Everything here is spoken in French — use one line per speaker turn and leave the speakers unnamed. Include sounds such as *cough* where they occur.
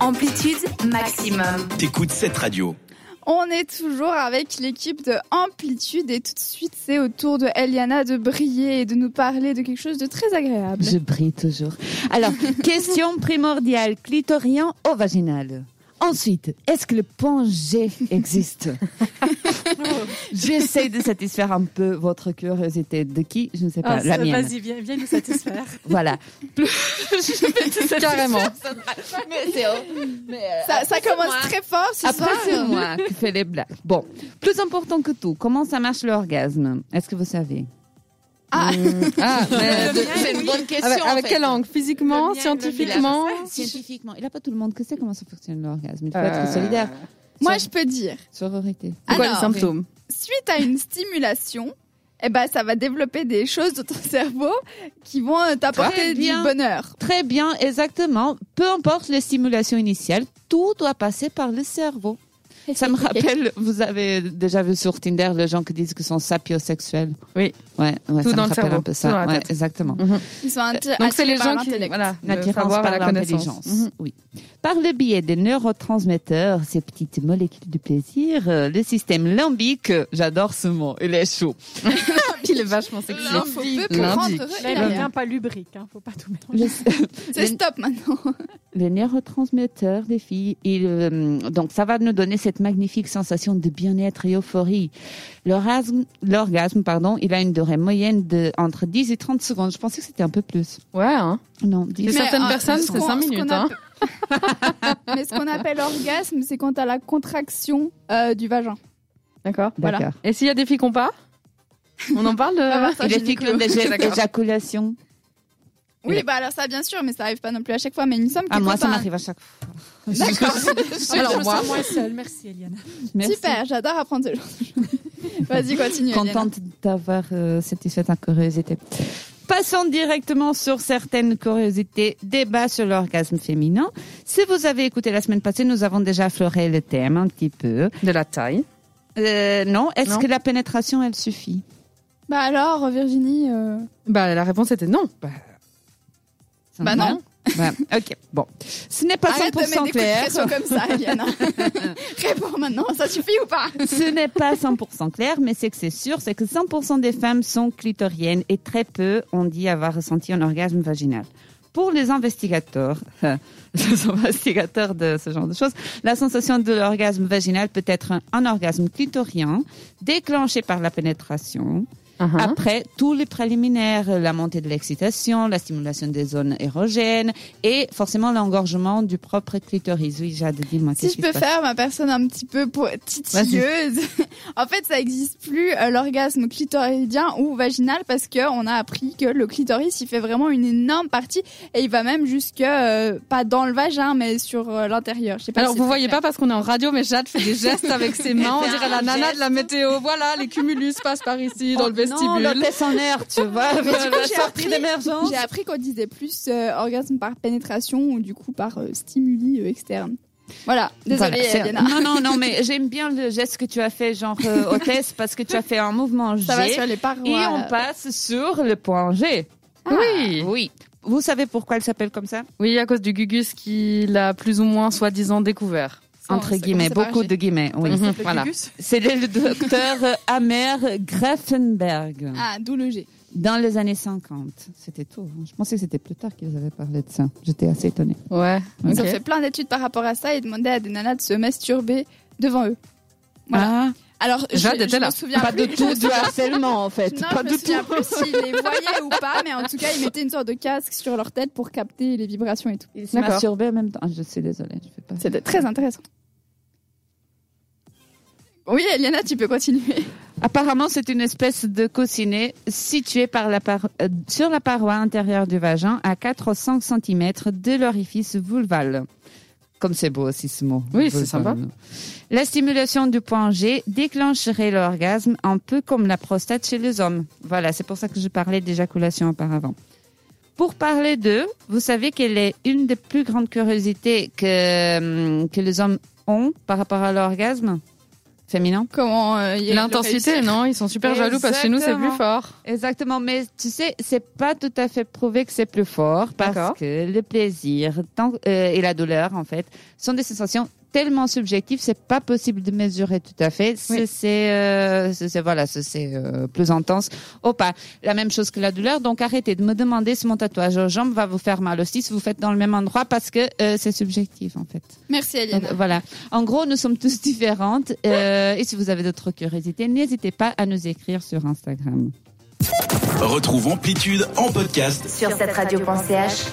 Amplitude maximum.
T'écoutes cette radio.
On est toujours avec l'équipe de Amplitude et tout de suite c'est au tour de Eliana de briller et de nous parler de quelque chose de très agréable.
Je brille toujours.
*laughs*
Alors, question primordiale, clitorien ou vaginal Ensuite, est-ce que le pont G
*laughs*
existe J'essaie de satisfaire un peu votre curiosité. De qui Je ne sais pas.
Ah,
la
ça,
mienne.
Vas-y, viens, viens nous satisfaire.
*laughs* Voilà.
*laughs*
Carrément.
Ça, ça commence
moi.
très fort ce
Après,
soir.
c'est moi qui fais les blagues. Bon, plus important que tout, comment ça marche l'orgasme Est-ce que vous savez
Ah.
Hmm,
*laughs*
ah, mais-
C'est une bonne question.
Avec,
en
Ah bah, avec
fait.
quelle langue Physiquement,
Le mien,
scientifiquement
Scientifiquement, il n'y a pas tout le monde qui sait comment ça fonctionne l'orgasme. Il faut
Euh,
être solidaire.
Moi je peux dire.
Sororité.
C'est quoi les
Alors,
symptômes
suite à une stimulation, eh ben, ça va développer des choses dans ton cerveau qui vont euh,
Très
t'apporter du
bien.
bonheur.
Très bien, exactement. Peu importe les stimulations initiales, tout doit passer par le cerveau. Ça
*laughs*
me rappelle, vous avez déjà vu sur Tinder les gens qui disent qu'ils sont sapiosexuels.
Oui.
Ouais, ouais,
Tout
ça
dans
me rappelle
le cerveau,
un peu
tout dans
ça.
la
Ouais,
tête.
exactement.
Ils sont atti-
Donc c'est
attirés
les
par
gens qui
l'intellect.
voilà,
Une attirance
savoir
par
la
l'intelligence. Mhm.
connaissance.
Oui. Par le biais des neurotransmetteurs, ces petites molécules du plaisir, euh, le système limbique, euh, j'adore ce mot, il
*laughs*
est chaud.
*laughs* Il est vachement sexy.
Il faut peu pour
Lundi.
rendre
Là, il
heureux.
revient pas lubrique, hein, faut pas tout mélanger.
Le-
C'est stop maintenant.
les neurotransmetteurs des filles. il, euh, donc, ça va nous donner cette magnifique sensation de bien-être et euphorie. L'orgasme, l'orgasme, pardon, il a une durée moyenne de entre 10 et 30 secondes. Je pensais que c'était un peu plus.
Ouais, hein.
Non, 10.
Et certaines
euh,
personnes,
ce
c'est
qu'on-
cinq
ce qu'on
minutes, hein.
appelle- *laughs* Mais ce qu'on appelle orgasme, c'est quand à la contraction euh, du vagin.
D'accord.
D'accord.
Et s'il y a des filles qui n'ont pas On en parle
Ah,
de...
ça,
Il
j'ai
est
dit que- *laughs*
cycle d'éjaculation.
Oui, bah alors ça, bien sûr, mais ça arrive pas non plus à chaque fois. Mais il me semble que
Ah, moi,
quand
ça
un-
m'arrive à chaque fois.
D'accord.
*laughs*
je me sens moins seule. Merci, Eliane.
Merci.
Super, j'adore apprendre ce genre de
*laughs*
choses. Vas-y, continue. Eliana.
Contente d'avoir euh, satisfait ta curiosité. Passons directement sur certaines curiosités. Débat sur l'orgasme féminin. Si vous avez écouté la semaine passée, nous avons déjà affleuré le thème un petit peu.
de la taille.
Euh, non, est-ce
Non.
que la pénétration, elle suffit
Bah alors, Virginie. euh,
Bah, la réponse était non.
Bah non.
Bah, ok, bon. Ce n'est pas
Arrête de mettre
100%
des coups de
clair.
pression comme ça,
*laughs*
Eliana. Réponds maintenant, ça suffit ou pas
Ce n'est pas 100% clair, mais c'est que c'est sûr, c'est que 100% des femmes sont clitoriennes et très peu ont dit avoir ressenti un orgasme vaginal. Pour les investigateurs, *laughs* les investigateurs de ce genre de choses, la sensation de l'orgasme vaginal peut être un, un orgasme clitorien déclenché par la
Hein?
pénétration.
Ah,
Après, tous les préliminaires, la montée de l'excitation, la stimulation des zones érogènes et forcément l'engorgement du propre clitoris. Oui, Jade, dis-moi.
Si
qu'est-ce
je
qui
peux
se passe
faire ma personne un petit peu pour- titilleuse. *laughs* en fait, ça n'existe plus euh, l'orgasme clitoridien ou vaginal parce que on a appris que le clitoris, il fait vraiment une énorme partie et il va même jusque, euh, pas dans le vagin, mais sur euh, l'intérieur. Je sais pas
Bah, Alors,
si
vous
c'est
voyez
clair.
pas parce qu'on est en radio, mais Jade fait des gestes avec ses mains. On dirait la nana de la météo. Voilà, les cumulus passent par ici, dans le
Non,
vestibule.
l'hôtesse en air, tu
*laughs*
vois.
Mais du coup,
la
j'ai
sortie
appris-
d'émergence.
J'ai appris qu'on disait plus euh, orgasme par pénétration ou du coup par euh, stimuli euh, externe. Voilà, désolée,
Voilà, c'est-
Eliana.
non, non, non, mais j'aime bien le geste que tu as fait, genre euh, hôtesse, parce que tu as fait un mouvement G.
Ça va sur les parois. euh,
Et on passe sur le point G.
ah, Oui.
Oui. Vous savez pourquoi elle s'appelle comme ça
Oui, à cause du Gugus qui l'a plus ou moins soi-disant découvert.
euh,
Entre guillemets, beaucoup de guillemets, oui.
*laughs* Mhm,
Le
Voilà.
Gugus.
C'est le docteur euh, Amer Greffenberg.
Ah, d'où le G.
Dans les années 50. C'était tôt. hein. Je pensais que c'était plus tard qu'ils avaient parlé de ça. J'étais assez étonnée.
Ouais.
Ils ont
ok.
fait plein d'études par rapport à ça et demandé à des nanas de se masturber devant eux. Voilà.
Ah.
Alors, je,
Jade
je
était là.
me souviens
Pas
plus.
du tout du harcèlement, en fait.
Non,
pas
je
du
me souviens
tout.
plus s'ils les voyaient ou pas, mais en tout cas, ils mettaient une sorte de casque sur leur tête pour capter les vibrations et tout.
Il se
D'accord.
masturbait en même temps. Ah, Je suis désolée, je fais pas.
C'était très intéressant. Oui, Eliana, tu peux continuer.
Apparemment, c'est une espèce de cossinet située par la par- euh, sur la paroi intérieure du vagin à 4 ou 5 cm de l'orifice vulval. Comme c'est beau aussi ce mot.
Oui, c'est
vulval.
sympa.
La stimulation du point G déclencherait l'orgasme un peu comme la prostate chez les hommes. Voilà, c'est pour ça que je parlais d'éjaculation auparavant. Pour parler d'eux, vous savez quelle est une des plus grandes curiosités que, hum, que les hommes ont par rapport à l'orgasme Féminin
Comment euh, il y a eu de
L'intensité, non Ils sont super jaloux parce que chez nous, c'est plus fort.
Exactement, mais tu sais, c'est pas tout à fait prouvé que c'est plus fort
D'accord.
parce que le plaisir tant- euh, et la douleur, en fait, sont des sensations tellement subjectives, c'est pas possible de mesurer tout à fait. C'est c'est, euh, c'est- c'est- voilà, c'est- c'est euh, plus intense ou pas. La même chose que la douleur, donc arrêtez de me demander si mon tatouage aux jambes va vous faire mal aussi si vous faites dans le même endroit parce que euh, c'est subjectif en fait.
Merci
Donc,
Eliana.
voilà. En gros, nous sommes tous *laughs* différentes. euh, et si vous avez d'autres curiosités, n'hésitez pas à nous écrire sur Instagram.
Retrouve Amplitude en podcast
sur cette radio.ch.